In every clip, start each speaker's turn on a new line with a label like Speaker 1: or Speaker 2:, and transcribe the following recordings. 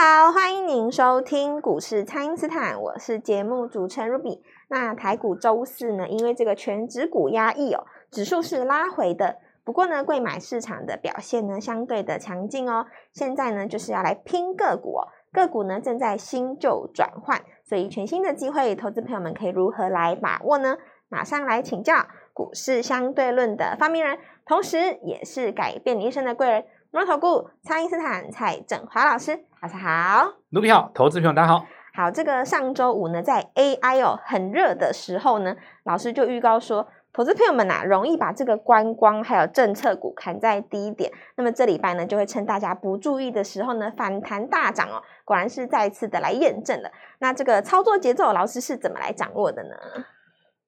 Speaker 1: 好，欢迎您收听股市蔡因斯坦，我是节目主持人 Ruby。那台股周四呢，因为这个全指股压抑哦，指数是拉回的。不过呢，贵买市场的表现呢，相对的强劲哦。现在呢，就是要来拼个股哦，个股呢正在新旧转换，所以全新的机会，投资朋友们可以如何来把握呢？马上来请教股市相对论的发明人，同时也是改变你一生的贵人——摩投顾蔡因斯坦蔡振华老师，早上好。
Speaker 2: 卢比好，投资朋友大家好。
Speaker 1: 好，这个上周五呢，在 AI 哦很热的时候呢，老师就预告说，投资朋友们呐、容易把这个观光还有政策股砍在低点。那么这礼拜呢，就会趁大家不注意的时候呢，反弹大涨哦。果然是再次的来验证了。那这个操作节奏，老师是怎么来掌握的呢？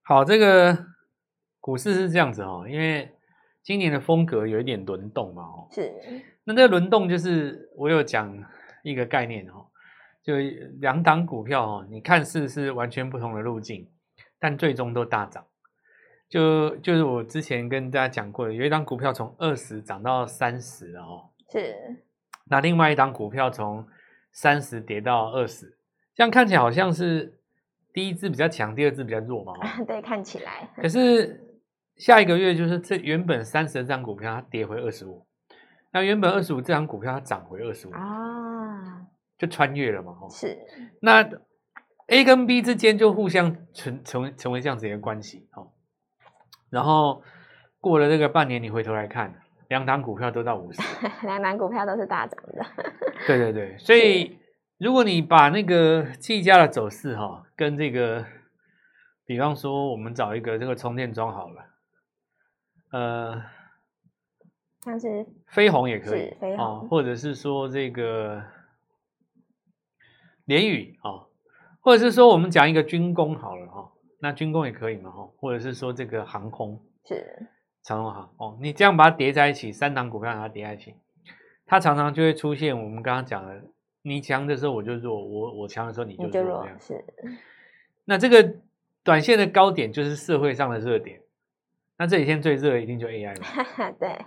Speaker 2: 好，这个股市是这样子哦，因为今年的风格有一点轮动嘛哦。
Speaker 1: 是，
Speaker 2: 那这个轮动就是我有讲一个概念哦，就两档股票哦，你看似是完全不同的路径，但最终都大涨。就就是我之前跟大家讲过的，有一档股票从二十涨到三十了哦，
Speaker 1: 是，
Speaker 2: 那另外一档股票从三十跌到二十，这样看起来好像是第一只比较强，第二只比较 弱嘛、哦。
Speaker 1: 对，看起来
Speaker 2: 可是下一个月就是这原本三十这张股票它跌回二十五，那原本二十五这张股票它涨回二十五，
Speaker 1: 啊，
Speaker 2: 就穿越了嘛。哦，
Speaker 1: 是，
Speaker 2: 那 A 跟 B 之间就互相成成为成为这样子一个关系哦。然后过了这个半年，你回头来看，两档股票都到五十。
Speaker 1: 两档股票都是大涨的，
Speaker 2: 对对对，所以如果你把那个技嘉的走势哈、跟这个，比方说我们找一个这个充电桩好了，呃，
Speaker 1: 像是
Speaker 2: 飞鸿也可以
Speaker 1: 是飞
Speaker 2: 哦
Speaker 1: 鸿，
Speaker 2: 或者是说这个联宇哦，或者是说我们讲一个军工好了哈、哦，那军工也可以嘛哈、哦，或者是说这个航空
Speaker 1: 是，
Speaker 2: 长荣航哦，你这样把它叠在一起，三档股票把它叠在一起，它常常就会出现我们刚刚讲的，你强的时候我就弱，我我强的时候你就
Speaker 1: 你就
Speaker 2: 弱
Speaker 1: 弱
Speaker 2: 这样。
Speaker 1: 是，
Speaker 2: 那这个短线的高点就是社会上的热点，那这几天最热的一定就 AI 嘛。
Speaker 1: 哈哈，对，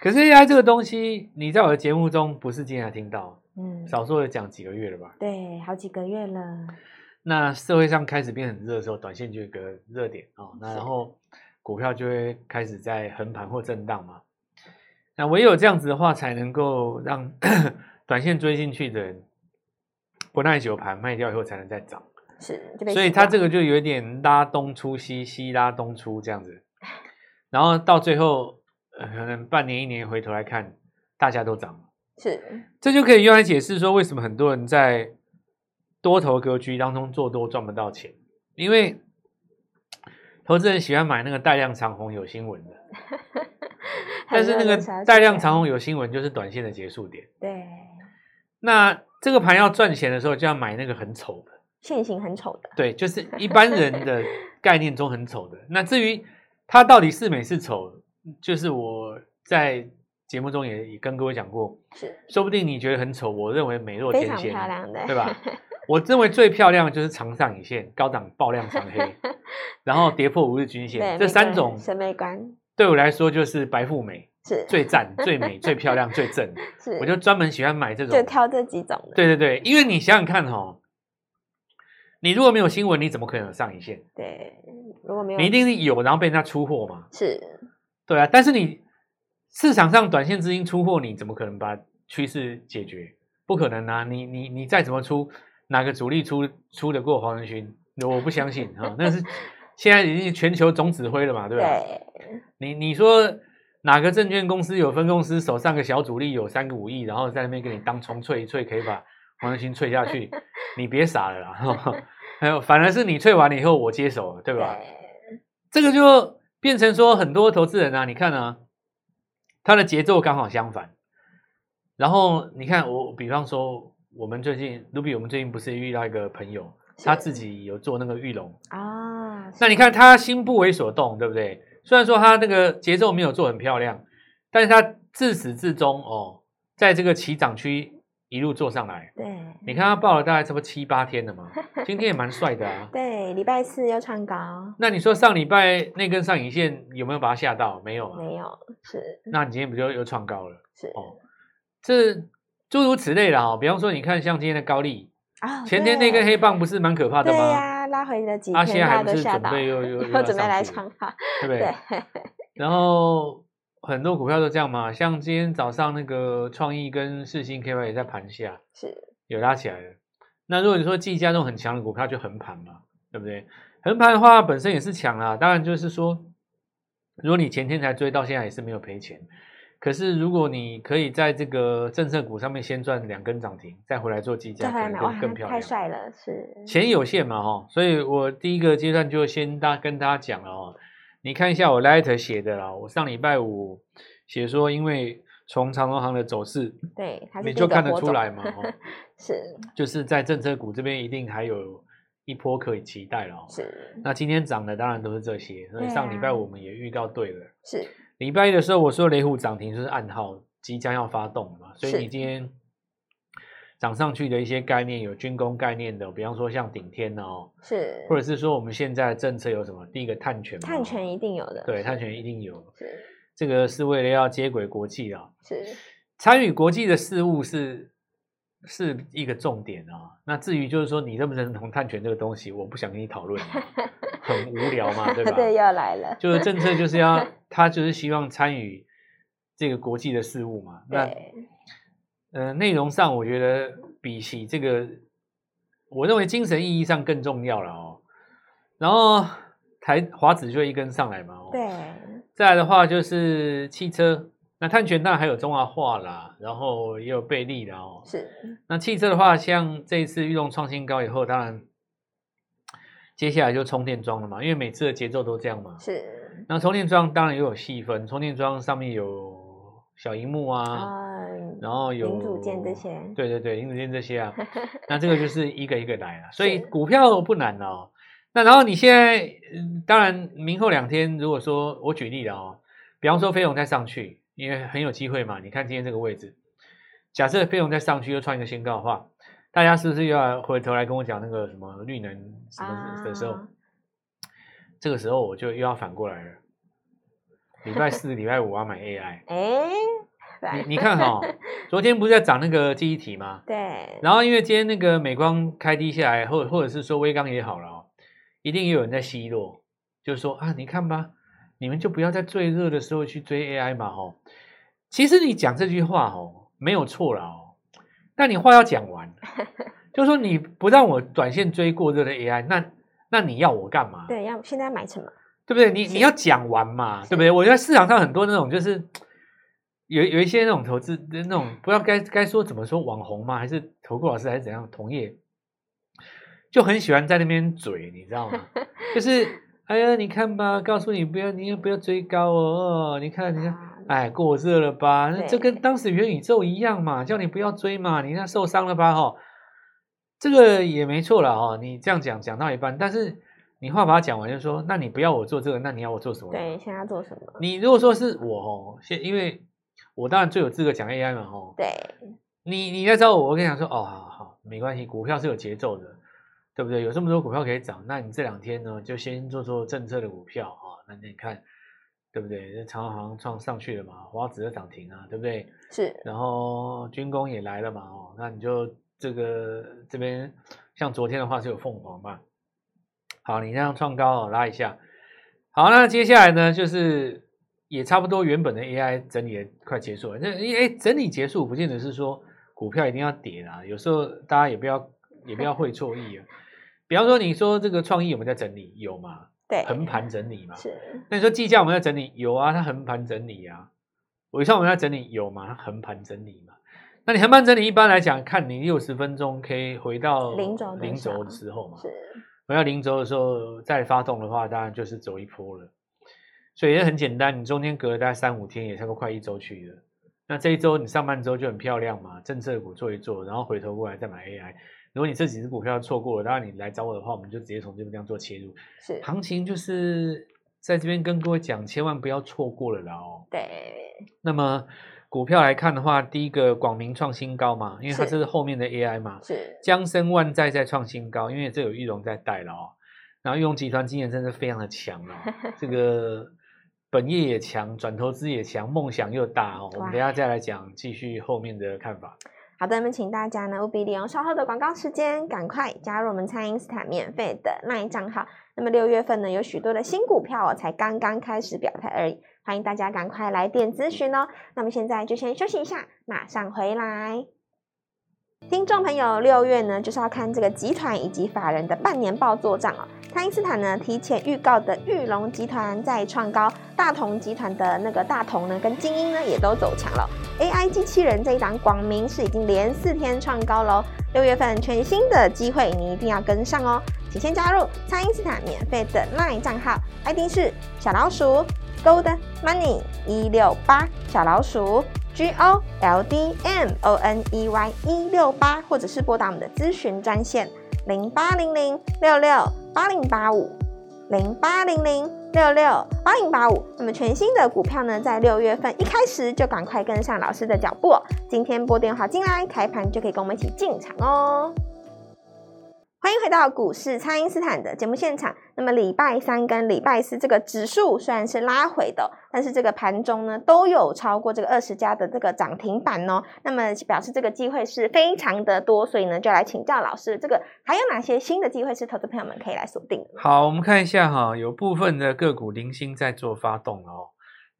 Speaker 2: 可是 AI 这个东西，你在我的节目中不是经常听到，
Speaker 1: 嗯，
Speaker 2: 少说也讲几个月了吧？
Speaker 1: 对，好几个月了，
Speaker 2: 那社会上开始变很热的时候，短线就有个热点哦，那
Speaker 1: 是
Speaker 2: 然后股票就会开始在横盘或震荡嘛。那唯有这样子的话，才能够让 短线追进去的人不耐久盘卖掉以后才能再涨。
Speaker 1: 是，就被
Speaker 2: 所以
Speaker 1: 洗
Speaker 2: 它
Speaker 1: 掉
Speaker 2: 这个就有一点拉东出西，西拉东出这样子，然后到最后、呃可能半年一年回头来看，大家都涨了。
Speaker 1: 是
Speaker 2: 这就可以用来解释说，为什么很多人在多头格局当中做多赚不到钱，因为投资人喜欢买那个带量长虹有新闻的，但是那个带量长虹有新闻就是短线的结束点。
Speaker 1: 对
Speaker 2: 那这个盘要赚钱的时候，就要买那个很丑的，
Speaker 1: 现行很丑的，
Speaker 2: 对，就是一般人的概念中很 丑的。那至于它到底是美是丑，就是我在节目中也也跟各位讲过，
Speaker 1: 是
Speaker 2: 说不定你觉得很丑，我认为美若
Speaker 1: 非
Speaker 2: 天
Speaker 1: 常
Speaker 2: 仙，啊
Speaker 1: 漂亮的，
Speaker 2: 对吧？ 我认为最漂亮的就是长上影线、高档爆量长 黑，然后跌破五日均
Speaker 1: 对，
Speaker 2: 线，这
Speaker 1: 每个
Speaker 2: 三
Speaker 1: 人
Speaker 2: 种
Speaker 1: 审美观
Speaker 2: 对我来说就是白富美、
Speaker 1: 是
Speaker 2: 最赞、最美、最漂亮、最正。
Speaker 1: 是，
Speaker 2: 我就专门喜欢买这种
Speaker 1: 就。挑这几种的，
Speaker 2: 对对对，因为你想想看哦，你如果没有新闻，你怎么可能有上影线？
Speaker 1: 对，如果没有
Speaker 2: 你一定是有，然后被人家出货嘛。
Speaker 1: 是
Speaker 2: 对啊，但是你市场上短线资金出货，你怎么可能把趋势解决？不可能啊！你你你再怎么出，哪个主力出出得过黄仁勋？我不相信啊！那是现在已经全球总指挥了嘛，对吧？
Speaker 1: 对
Speaker 2: 你你说哪个证券公司有分公司手上个小主力有三个五亿，然后在那边给你当冲脆一脆，可以把黄仁勋脆下去？你别傻了啦！还有，反而是你脆完了以后我接手了，对吧？
Speaker 1: 对
Speaker 2: 这个就变成说很多投资人啊，你看啊，他的节奏刚好相反。然后你看我，比方说我们最近，Ruby，我们最近不是遇到一个朋友，他
Speaker 1: 是
Speaker 2: 自己有做那个玉龙，
Speaker 1: 啊，
Speaker 2: 那你看他心不为所动，对不对？虽然说他那个节奏没有做很漂亮，但是他自始至终哦，在这个起涨区一路做上来。
Speaker 1: 对
Speaker 2: 你看他报了大概差不多七八天了嘛，今天也蛮帅的啊。
Speaker 1: 对，礼拜四又创高，
Speaker 2: 那你说上礼拜那根上影线有没有把他吓到？没有啊。
Speaker 1: 没有是
Speaker 2: 那你今天不就又创高了？
Speaker 1: 是
Speaker 2: 哦哦这诸如此类的哈、比方说，你看像今天的高丽，
Speaker 1: 啊，
Speaker 2: 前天那根
Speaker 1: 对
Speaker 2: 黑棒不是蛮可怕的
Speaker 1: 对
Speaker 2: 吗？
Speaker 1: 呀、拉回了几
Speaker 2: 啊
Speaker 1: 天，
Speaker 2: 现在
Speaker 1: 大家
Speaker 2: 还不
Speaker 1: 都
Speaker 2: 是
Speaker 1: 吓
Speaker 2: 准
Speaker 1: 到了，
Speaker 2: 备又又又
Speaker 1: 我
Speaker 2: 要
Speaker 1: 准备
Speaker 2: 上
Speaker 1: 来
Speaker 2: 去
Speaker 1: 长哈，
Speaker 2: 对不对？
Speaker 1: 对，
Speaker 2: 然后很多股票都这样嘛，像今天早上那个创意跟世星 KY 也在盘下，
Speaker 1: 是
Speaker 2: 有拉起来了。那如果你说技嘉这种很强的股票就横盘嘛，对不对？横盘的话本身也是强啦，当然就是说，如果你前天才追，到现在也是没有赔钱。可是如果你可以在这个政策股上面先赚两根涨停，再回来做技
Speaker 1: 再
Speaker 2: 嘉，
Speaker 1: 回来
Speaker 2: 可
Speaker 1: 买，
Speaker 2: 能
Speaker 1: 哇
Speaker 2: 更，更漂
Speaker 1: 太
Speaker 2: 亮。
Speaker 1: 帅了，是，
Speaker 2: 钱有限嘛，哈，所以我第一个阶段就先大跟大家讲了哦。你看一下我 letter 写的啦，我上礼拜五写说，因为从长隆行的走势，
Speaker 1: 对，他是
Speaker 2: 你
Speaker 1: 第
Speaker 2: 就
Speaker 1: 一个
Speaker 2: 看得
Speaker 1: 火
Speaker 2: 出
Speaker 1: 种
Speaker 2: 来嘛，哦，
Speaker 1: 是
Speaker 2: 就是在政策股这边一定还有一波可以期待了、哦。
Speaker 1: 是
Speaker 2: 那今天涨的当然都是这些，所以
Speaker 1: 对
Speaker 2: 上礼拜
Speaker 1: 啊
Speaker 2: 五我们也预告对了。
Speaker 1: 是，
Speaker 2: 礼拜一的时候我说雷虎涨停就是暗号，即将要发动了嘛，所以
Speaker 1: 是
Speaker 2: 你今天涨上去的一些概念，有军工概念的，比方说像顶天哦。
Speaker 1: 是，
Speaker 2: 或者是说我们现在的政策有什么？第一个碳权嘛，哦
Speaker 1: 碳权一定有的，
Speaker 2: 对，碳权一定有，
Speaker 1: 是
Speaker 2: 这个是为了要接轨国际啊，
Speaker 1: 是
Speaker 2: 参与国际的事务是是一个重点啊。那至于就是说你认不认同碳权这个东西，我不想跟你讨论啊，很无聊嘛，对 吧？
Speaker 1: 对，又来了，
Speaker 2: 就是政策就是要 他就是希望参与这个国际的事务嘛。那
Speaker 1: 对
Speaker 2: 呃，内容上我觉得比起这个，我认为精神意义上更重要了哦。然后台华指就一根上来嘛、哦，。
Speaker 1: 对
Speaker 2: 再来的话就是汽车，那碳权当然还有中华化啦，然后也有贝利啦哦。
Speaker 1: 是，
Speaker 2: 那汽车的话，像这一次运动创新高以后，当然接下来就充电桩了嘛，因为每次的节奏都这样嘛。
Speaker 1: 是
Speaker 2: 那充电桩当然也有细分，充电桩上面有小荧幕啊，
Speaker 1: 啊，
Speaker 2: 然后有
Speaker 1: 零组件这些
Speaker 2: 对对对，零组件这些啊，那这个就是一个一个来啊了，所以
Speaker 1: 是
Speaker 2: 股票不难哦。那然后你现在，嗯当然明后两天，如果说我举例了哦，比方说飞龙再上去，因为很有机会嘛，你看今天这个位置，假设飞龙再上去又创一个新高的话，大家是不是又要回头来跟我讲那个什么绿能什么的时候？
Speaker 1: 啊
Speaker 2: 这个时候我就又要反过来了。礼拜四、礼拜五我要买 AI，
Speaker 1: 哎，
Speaker 2: 你
Speaker 1: 对
Speaker 2: 你看哈、哦，昨天不是在涨那个记忆体吗？
Speaker 1: 对，
Speaker 2: 然后因为今天那个美光开低下来，或或者是说微刚也好了、哦，一定也有人在奚落，就是说啊，你看吧，你们就不要在最热的时候去追 AI 嘛，吼。其实你讲这句话哦，没有错了哦，但你话要讲完，就是说你不让我短线追过热的 AI，那那你要我干嘛？
Speaker 1: 对，要现在买什么？
Speaker 2: 对不对？你你要讲完嘛，对不对？我觉得市场上很多那种就是有有一些那种投资那种不知道该该说怎么说网红嘛，还是投顾老师还是怎样同业，就很喜欢在那边嘴，你知道吗？就是哎呀，你看吧，告诉你不要，你也不要追高哦，哦你看你看。
Speaker 1: 啊
Speaker 2: 哎，过热了吧？那这
Speaker 1: 对
Speaker 2: 跟当时元宇宙一样嘛，叫你不要追嘛，你那受伤了吧？哈，这个也没错了哈。你这样讲讲到一半，但是你话把它讲完，就说那你不要我做这个，那你要我做什么？
Speaker 1: 对，，现在要做什么？
Speaker 2: 你如果说是我哦，现因为我当然最有资格讲 AI 嘛，哦，
Speaker 1: 对，
Speaker 2: 你你来找我，我跟你讲说，哦，好好，没关系，股票是有节奏的，对不对？有这么多股票可以涨，那你这两天呢，就先做做政策的股票啊、那你看，对不对？那长隆行创上去了嘛，华指的涨停啊，对不对？
Speaker 1: 是
Speaker 2: 然后军工也来了嘛，哦，那你就这个这边像昨天的话是有凤凰嘛，好，你这样创高、哦、拉一下，好，那接下来呢就是也差不多原本的 AI 整理也快结束了，那哎整理结束不见得是说股票一定要跌啦，有时候大家也不要也不要会错意啊，比方说你说这个创意有没有在整理，有嘛，
Speaker 1: 对，
Speaker 2: 横盘整理嘛，
Speaker 1: 是
Speaker 2: 那你说计价我们在整理有啊，它横盘整理啊，尾上我们在整理有嘛，它横盘整理嘛。那你横盘整理一般来讲，看你六十分钟可以回到
Speaker 1: 零轴多
Speaker 2: 零
Speaker 1: 少
Speaker 2: 轴之后嘛，
Speaker 1: 是
Speaker 2: 回到零轴的时候再发动的话，当然就是走一波了。所以也很简单，你中间隔了大概三五天，也差不多快一周去了。那这一周你上半周就很漂亮嘛，政策股做一做，然后回头过来再买 AI。如果你这几只股票错过了，当然你来找我的话，我们就直接从这边这样做切入。
Speaker 1: 是，
Speaker 2: 行情就是在这边跟各位讲，千万不要错过了啦哦。
Speaker 1: 对，
Speaker 2: 那么股票来看的话，第一个广明创新高嘛，因为它
Speaker 1: 是
Speaker 2: 这是后面的 AI 嘛，
Speaker 1: 是
Speaker 2: 江森万载在创新高，因为这有玉龙在带了哦。然后玉龙集团今年真的非常的强 哦，这个本业也强，转投资也强，梦想又大哦。我们
Speaker 1: 哇
Speaker 2: 等一下再来讲，继续后面的看法。
Speaker 1: 好的，那么请大家呢务必利用稍后的广告时间，赶快加入我们蔡因斯坦免费的卖账号。那么六月份呢，有许多的新股票哦，才刚刚开始表态而已，欢迎大家赶快来电咨询哦。那么现在就先休息一下，马上回来。听众朋友，六月呢就是要看这个集团以及法人的半年报做账哦。爱因斯坦呢提前预告的玉龙集团在创高，大同集团的那个大同呢跟精英呢也都走强了。AI 机器人这一档广明是已经连四天创高喽。六月份全新的机会，你一定要跟上哦！请先加入蔡因斯坦免费的 LINE 账号，ID 是小老鼠 Gold Money 一六八小老鼠。G O L D M O N E Y 一六八，或者是拨打我们的咨询专线零八零零六六八零八五零八零零六六八零八五。那么全新的股票呢，在六月份一开始就赶快跟上老师的脚步、哦，今天拨电话进来，开盘就可以跟我们一起进场哦。欢迎回到股市，蔡因斯坦的节目现场。那么礼拜三跟礼拜四这个指数虽然是拉回的，哦但是这个盘中呢都有超过这个二十家的这个涨停板哦。那么表示这个机会是非常的多，所以呢就来请教老师，这个还有哪些新的机会是投资朋友们可以来锁定的？
Speaker 2: 好，我们看一下哈，有部分的个股零星在做发动了哦。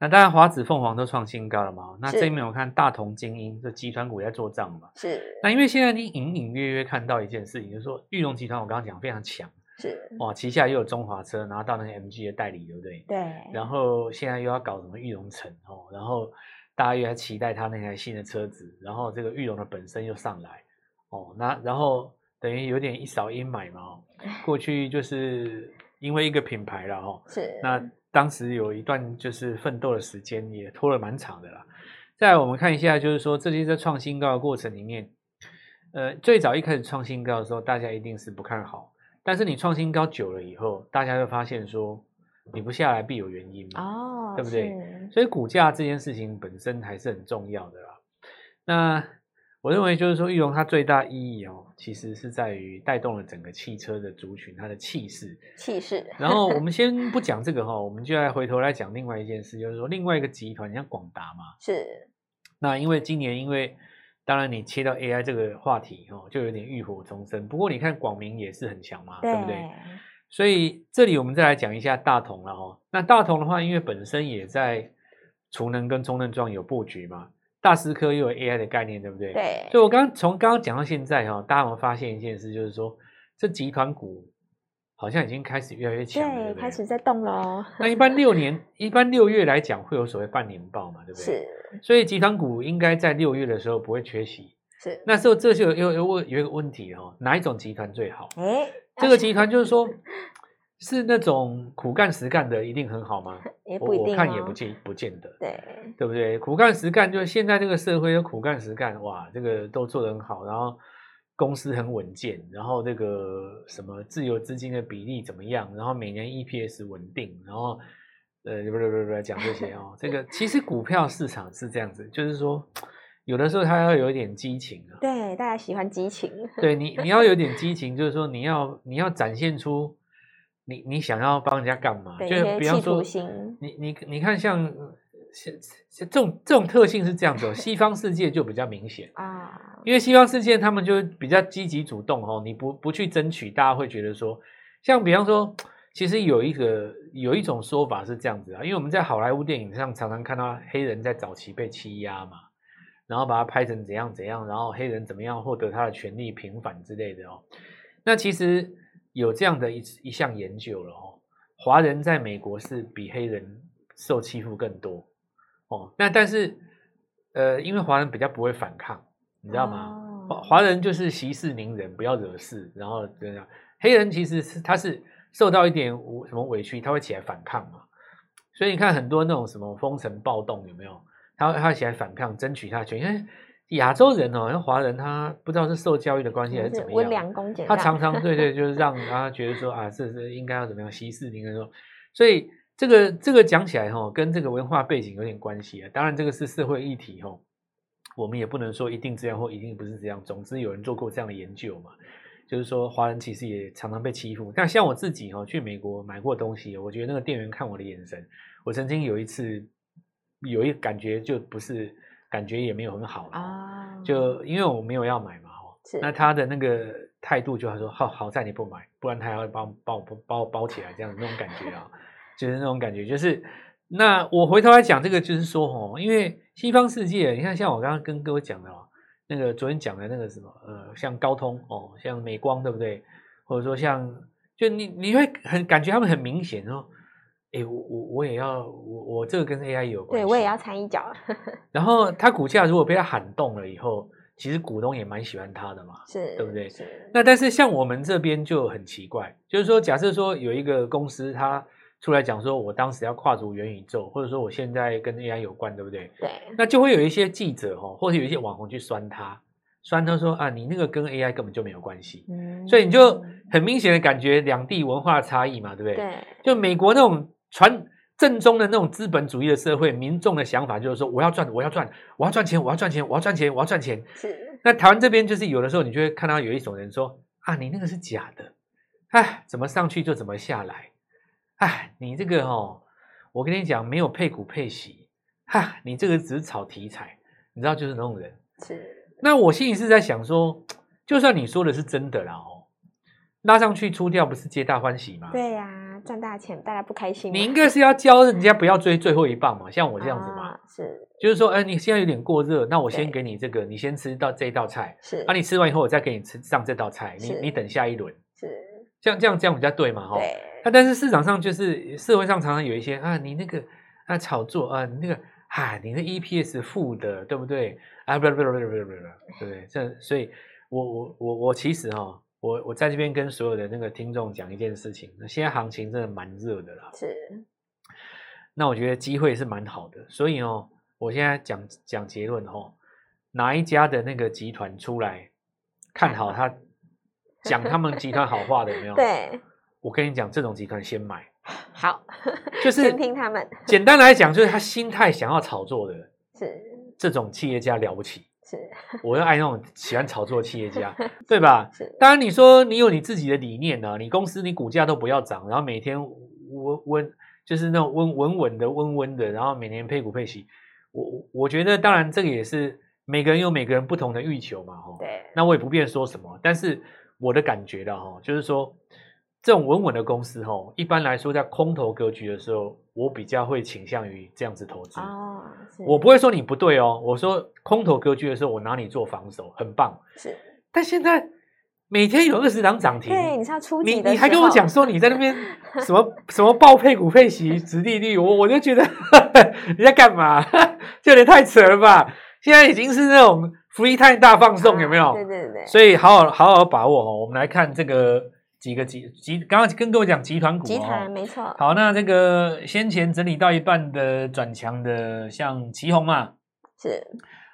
Speaker 2: 那当然，华子、凤凰都创新高了嘛。那
Speaker 1: 是
Speaker 2: 这面我看大同、精英这集团股也在做账嘛。
Speaker 1: 是
Speaker 2: 那因为现在你隐隐约约看到一件事情，就是说裕隆集团我刚刚讲非常强
Speaker 1: 是，
Speaker 2: 哇，旗下又有中华车，拿到那个 MG 的代理，对不对？
Speaker 1: 对，
Speaker 2: 然后现在又要搞什么裕隆城哦，然后大家又在期待它那台新的车子，然后这个裕隆的本身又上来哦，那然后等于有点一扫阴霾嘛哦，过去就是因为一个品牌了哦，
Speaker 1: 是
Speaker 2: 那当时有一段就是奋斗的时间，也拖了蛮长的啦。再来我们看一下，就是说这些在创新高的过程里面，呃，最早一开始创新高的时候，大家一定是不看好，但是你创新高久了以后，大家会发现说你不下来必有原因嘛，
Speaker 1: 哦，
Speaker 2: 对不对
Speaker 1: 是？
Speaker 2: 所以股价这件事情本身还是很重要的啦。那我认为就是说，玉龙它最大意义哦，其实是在于带动了整个汽车的族群它的气势。
Speaker 1: 气势
Speaker 2: 然后我们先不讲这个哈、我们就来回头来讲另外一件事，就是说另外一个集团，像广达嘛，
Speaker 1: 是
Speaker 2: 那因为今年因为当然你切到 AI 这个话题哦，就有点浴火重生。不过你看广明也是很强嘛，对不对？所以这里我们再来讲一下大同了哦。那大同的话，因为本身也在储能跟充能桩有布局嘛，大思科又有 AI 的概念，对不对？。
Speaker 1: 对
Speaker 2: 所以我刚从刚刚讲到现在哈、哦，大家有没有发现一件事，就是说这集团股好像已经开始越来越强了，对
Speaker 1: 对，
Speaker 2: 不
Speaker 1: 开
Speaker 2: 对
Speaker 1: 始在动喽，
Speaker 2: 那一般六年，一般六月来讲会有所谓半年报嘛，对不对？
Speaker 1: 是
Speaker 2: 是。所以集团股应该在六月的时候不会缺席。
Speaker 1: 是，
Speaker 2: 那时候这就有有问有一个问题哦，哪一种集团最好？
Speaker 1: 哎，
Speaker 2: 这个集团就是说， 是那种苦干实干的一定很好吗？
Speaker 1: 也
Speaker 2: 我
Speaker 1: 不一定
Speaker 2: 我看也
Speaker 1: 哦
Speaker 2: 不见不见得，
Speaker 1: 对。
Speaker 2: 对不对？苦干实干就是现在这个社会有苦干实干，哇，这个都做得很好，然后公司很稳健，然后这个什么自由资金的比例怎么样，然后每年 EPS 稳定，然后呃，不不不不讲这些 哦，这个其实股票市场是这样子，就是说有的时候它要有一点激情 啊，
Speaker 1: 对，大家喜欢激情，
Speaker 2: 对你你要有点激情，就是说你要你要展现出你你想要帮人家干嘛，
Speaker 1: 对
Speaker 2: 啊就
Speaker 1: 一些
Speaker 2: 比方
Speaker 1: 企图
Speaker 2: 说。
Speaker 1: 心，
Speaker 2: 你你你看像，像像这种这种特性是这样子、哦，西方世界就比较明显，
Speaker 1: 啊，
Speaker 2: 因为西方世界他们就比较积极主动哦，你不不去争取，大家会觉得说，像比方说，其实有一个有一种说法是这样子啊，因为我们在好莱坞电影上常常看到黑人在早期被欺压嘛，然后把它拍成怎样怎样，然后黑人怎么样获得他的权利平反之类的哦。那其实有这样的一一项研究了哦，华人在美国是比黑人受欺负更多哦。那但是呃，因为华人比较不会反抗，你知道吗？华
Speaker 1: 哦？
Speaker 2: 华人就是息事宁人，不要惹事，然后这样。黑人其实是他是受到一点无什么委屈，他会起来反抗嘛。所以你看很多那种什么封城暴动有没有？他他会起来反抗，争取他的权益。因为亚洲人哦，像华人他不知道是受教育的关系还是
Speaker 1: 就
Speaker 2: 怎
Speaker 1: 是
Speaker 2: 么
Speaker 1: 温
Speaker 2: 样，啊
Speaker 1: 良恭俭
Speaker 2: 他
Speaker 1: 让，
Speaker 2: 常常对对，就是让他觉得说啊，这是应该要怎么样息事宁人说。所以这个这个讲起来哈、跟这个文化背景有点关系啊。当然，这个是社会议题哈、我们也不能说一定这样或一定不是这样。总之，有人做过这样的研究嘛，就是说华人其实也常常被欺负。但像我自己哈、去美国买过东西，我觉得那个店员看我的眼神，我曾经有一次有一感觉就不是感觉也没有很好啦
Speaker 1: 啊，
Speaker 2: 就因为我没有要买嘛，哦，
Speaker 1: 是
Speaker 2: 那他的那个态度就他说好好在你不买，不然他还会帮帮我把我包起来这样子那种感觉啊，就是那种感觉，就是那我回头来讲这个，就是说哦，因为西方世界，你看像我刚刚跟各位讲的哦，那个昨天讲的那个什么呃，像高通哦，像美光对不对？或者说像就你你会很感觉他们很明显哦。哎，我我我也要，我我这个跟 AI 有关
Speaker 1: 对
Speaker 2: 系，
Speaker 1: 我也要掺一脚 啊，
Speaker 2: 然后它股价如果被它喊动了以后，其实股东也蛮喜欢它的嘛。
Speaker 1: 是，
Speaker 2: 对不对
Speaker 1: 是，
Speaker 2: 那但是像我们这边就很奇怪，就是说，假设说有一个公司它出来讲说，我当时要跨足元宇宙，或者说我现在跟 AI 有关，对不对？
Speaker 1: 对，
Speaker 2: 那就会有一些记者哦，或者有一些网红去酸他，酸他说啊，你那个跟 AI 根本就没有关系，
Speaker 1: 嗯
Speaker 2: 所以你就很明显的感觉两地文化差异嘛，对不对？
Speaker 1: 对，
Speaker 2: 就美国那种传正宗的那种资本主义的社会，民众的想法就是说，我要赚，我要赚，我要赚钱，我要赚钱，我要赚钱，我要赚钱。
Speaker 1: 是，
Speaker 2: 那台湾这边就是有的时候，你就会看到有一种人说啊，你那个是假的，哎，怎么上去就怎么下来，哎，你这个哦，我跟你讲，没有配股配息，哈，你这个只是炒题材，你知道就是那种人。
Speaker 1: 是，
Speaker 2: 那我心里是在想说，就算你说的是真的啦哦，拉上去出掉不是皆大欢喜吗？
Speaker 1: 对呀，赚大钱，大家不开心吗，
Speaker 2: 你应该是要教人家不要追最后一棒嘛，像我这样子嘛，
Speaker 1: 啊，是
Speaker 2: 就是说，哎，你现在有点过热，那我先
Speaker 1: 对
Speaker 2: 给你这个，你先吃到这一道菜，
Speaker 1: 是，
Speaker 2: 啊，你吃完以后我再给你吃上这道菜，你
Speaker 1: 是
Speaker 2: 你等下一轮，
Speaker 1: 是，
Speaker 2: 这样这样这样比较对嘛，哈。啊
Speaker 1: 对，
Speaker 2: 那但是市场上就是社会上常常有一些啊，你那个啊炒作啊，你那个啊，你的 EPS 负的，对不对？啊，不不不不不不不，对不对？这所以我，我我我其实哈、哦，我我在这边跟所有的那个听众讲一件事情，现在行情真的蛮热的啦。
Speaker 1: 是，
Speaker 2: 那我觉得机会是蛮好的。所以哦，我现在讲讲结论哦，哪一家的那个集团出来看好他，讲他们集团好话的有没 有？，
Speaker 1: 对，
Speaker 2: 我跟你讲，这种集团先买，
Speaker 1: 好，
Speaker 2: 就是
Speaker 1: 先听他们，
Speaker 2: 简单来讲，就是他心态想要炒作的
Speaker 1: 是
Speaker 2: 这种企业家了不起。
Speaker 1: 是
Speaker 2: 我又爱那种喜欢炒作的企业 家，对吧？
Speaker 1: 是，
Speaker 2: 当然，你说你有你自己的理念呢、你公司你股价都不要涨，然后每天温温就是那种温稳稳的、温温的，然后每年配股配息。我我我觉得，当然这个也是每个人有每个人不同的欲求嘛，哦。
Speaker 1: 对，
Speaker 2: 那我也不便说什么，但是我的感觉的哈、哦，就是说这种稳稳的公司哦，一般来说在空头格局的时候，我比较会倾向于这样子投资。
Speaker 1: 哦，是
Speaker 2: 我不会说你不对哦，我说空头格局的时候，我拿你做防守，很棒。
Speaker 1: 是，
Speaker 2: 但现在每天有二十档涨停，
Speaker 1: 对，你是要初级
Speaker 2: 你
Speaker 1: 的
Speaker 2: 你还
Speaker 1: 时
Speaker 2: 跟我
Speaker 1: 候
Speaker 2: 讲，说你在那边什么 什么报配股配息、殖利率，我我就觉得 你在干嘛？ 这有点太扯了吧！现在已经是那种 free time 大放送，有没
Speaker 1: 啊
Speaker 2: 有？
Speaker 1: 对对对，
Speaker 2: 所以好好好好把握哦。我们来看这个几个集集，刚刚跟各位讲集团股、哦，
Speaker 1: 集团没错，
Speaker 2: 好，那这个先前整理到一半的转强的，像旗红嘛，
Speaker 1: 是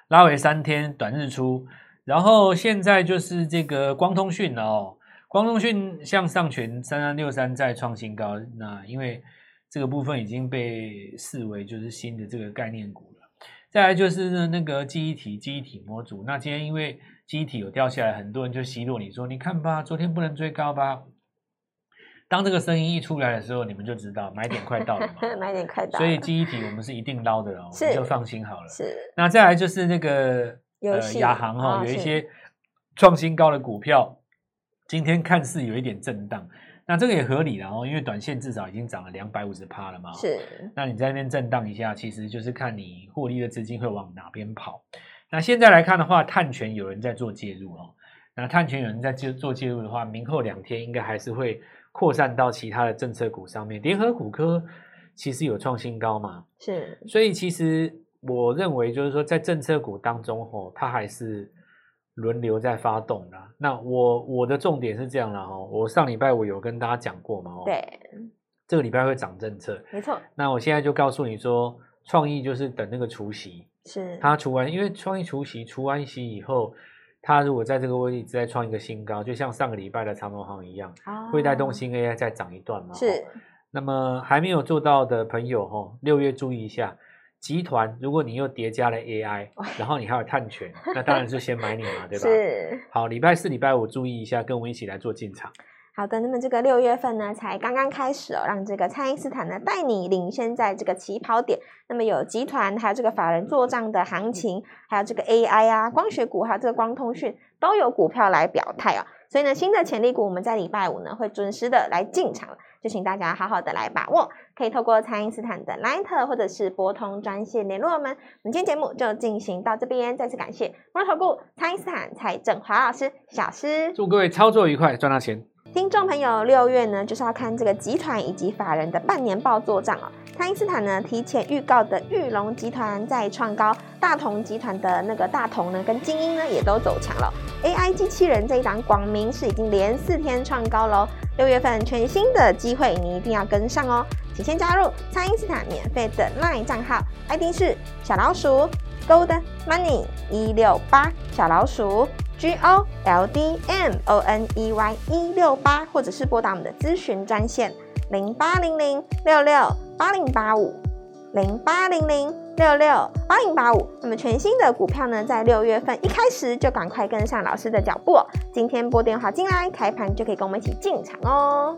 Speaker 2: 拉回三天短日出，然后现在就是这个光通讯了哦，光通讯向上权三三六三再创新高，那因为这个部分已经被视为就是新的这个概念股了。再来就是呢那个记忆体，记忆体模组，那今天因为记忆体有掉下来，很多人就奚落你说，你看吧，昨天不能追高吧。当这个声音一出来的时候，你们就知道买点快到了嘛。
Speaker 1: 买点快到了，
Speaker 2: 所以记忆体我们是一定捞的了，我
Speaker 1: 是
Speaker 2: 们就放心好了。
Speaker 1: 是
Speaker 2: 那再来就是那个
Speaker 1: 游
Speaker 2: 呃
Speaker 1: 戏
Speaker 2: 亚航哈、
Speaker 1: 啊
Speaker 2: 有一
Speaker 1: 是
Speaker 2: 些创新高的股票，今天看似有一点震荡，那这个也合理啦哦，因为短线至少已经涨了两百五十趴了嘛。。
Speaker 1: 是
Speaker 2: 那你在那边震荡一下，其实就是看你获利的资金会往哪边跑。那现在来看的话，碳权有人在做介入哦。那碳权有人在介做介入的话，明后两天应该还是会扩散到其他的政策股上面。联合股科其实有创新高嘛，
Speaker 1: 是
Speaker 2: 所以其实我认为，就是说在政策股当中吼、它还是轮流在发动啦。那我我的重点是这样啦哦，我上礼拜我有跟大家讲过嘛哦，，
Speaker 1: 对，
Speaker 2: 这个礼拜会涨政策，
Speaker 1: 没错，
Speaker 2: 那我现在就告诉你说，创意就是等那个除息，
Speaker 1: 是
Speaker 2: 它除完，因为创意除息除完息以后，它如果在这个位置再创一个新高，就像上个礼拜的长隆行一样，会带动
Speaker 1: 哦
Speaker 2: 新 AI 再涨一段嘛、哦，
Speaker 1: 是
Speaker 2: 那么还没有做到的朋友哈、哦，六月注意一下。集团，如果你又叠加 了 AI，然后你还有碳权，那当然是先买你嘛，对吧？
Speaker 1: 是
Speaker 2: 好，礼拜四、礼拜五注意一下，跟我们一起来做进场。
Speaker 1: 好的，那么这个六月份呢，才刚刚开始哦，让这个蔡因斯坦呢带你领先在这个起跑点。那么有集团，还有这个法人做账的行情，还有这个 AI 啊、光学股，还有这个光通讯，都有股票来表态哦。所以呢，新的潜力股我们在礼拜五呢会准时的来进场了，就请大家好好的来把握。可以透过蔡因斯坦的 Line 或者是拨通专线联络我们。本期节目就进行到这边，再次感谢摩投顾蔡因斯坦蔡振华老师、小师。
Speaker 2: 祝各位操作愉快，赚到钱。
Speaker 1: 听众朋友，六月呢就是要看这个集团以及法人的半年报做账哦。爱因斯坦呢提前预告的玉龙集团再创高，大同集团的那个大同呢跟精英呢也都走强了。AI 机器人这一档广明是已经连四天创高喽。六月份全新的机会，你一定要跟上哦！请先加入爱因斯坦免费的 LINE 账号，ID 是小老鼠 Gold Money 一六八小老鼠。G O L D M O N E Y 一六八，或者是拨打我们的咨询专线零八零零六六八零八五零八零零六六八零八五。那么全新的股票呢，在六月份一开始就赶快跟上老师的脚步哦、今天拨电话进来，开盘就可以跟我们一起进场哦。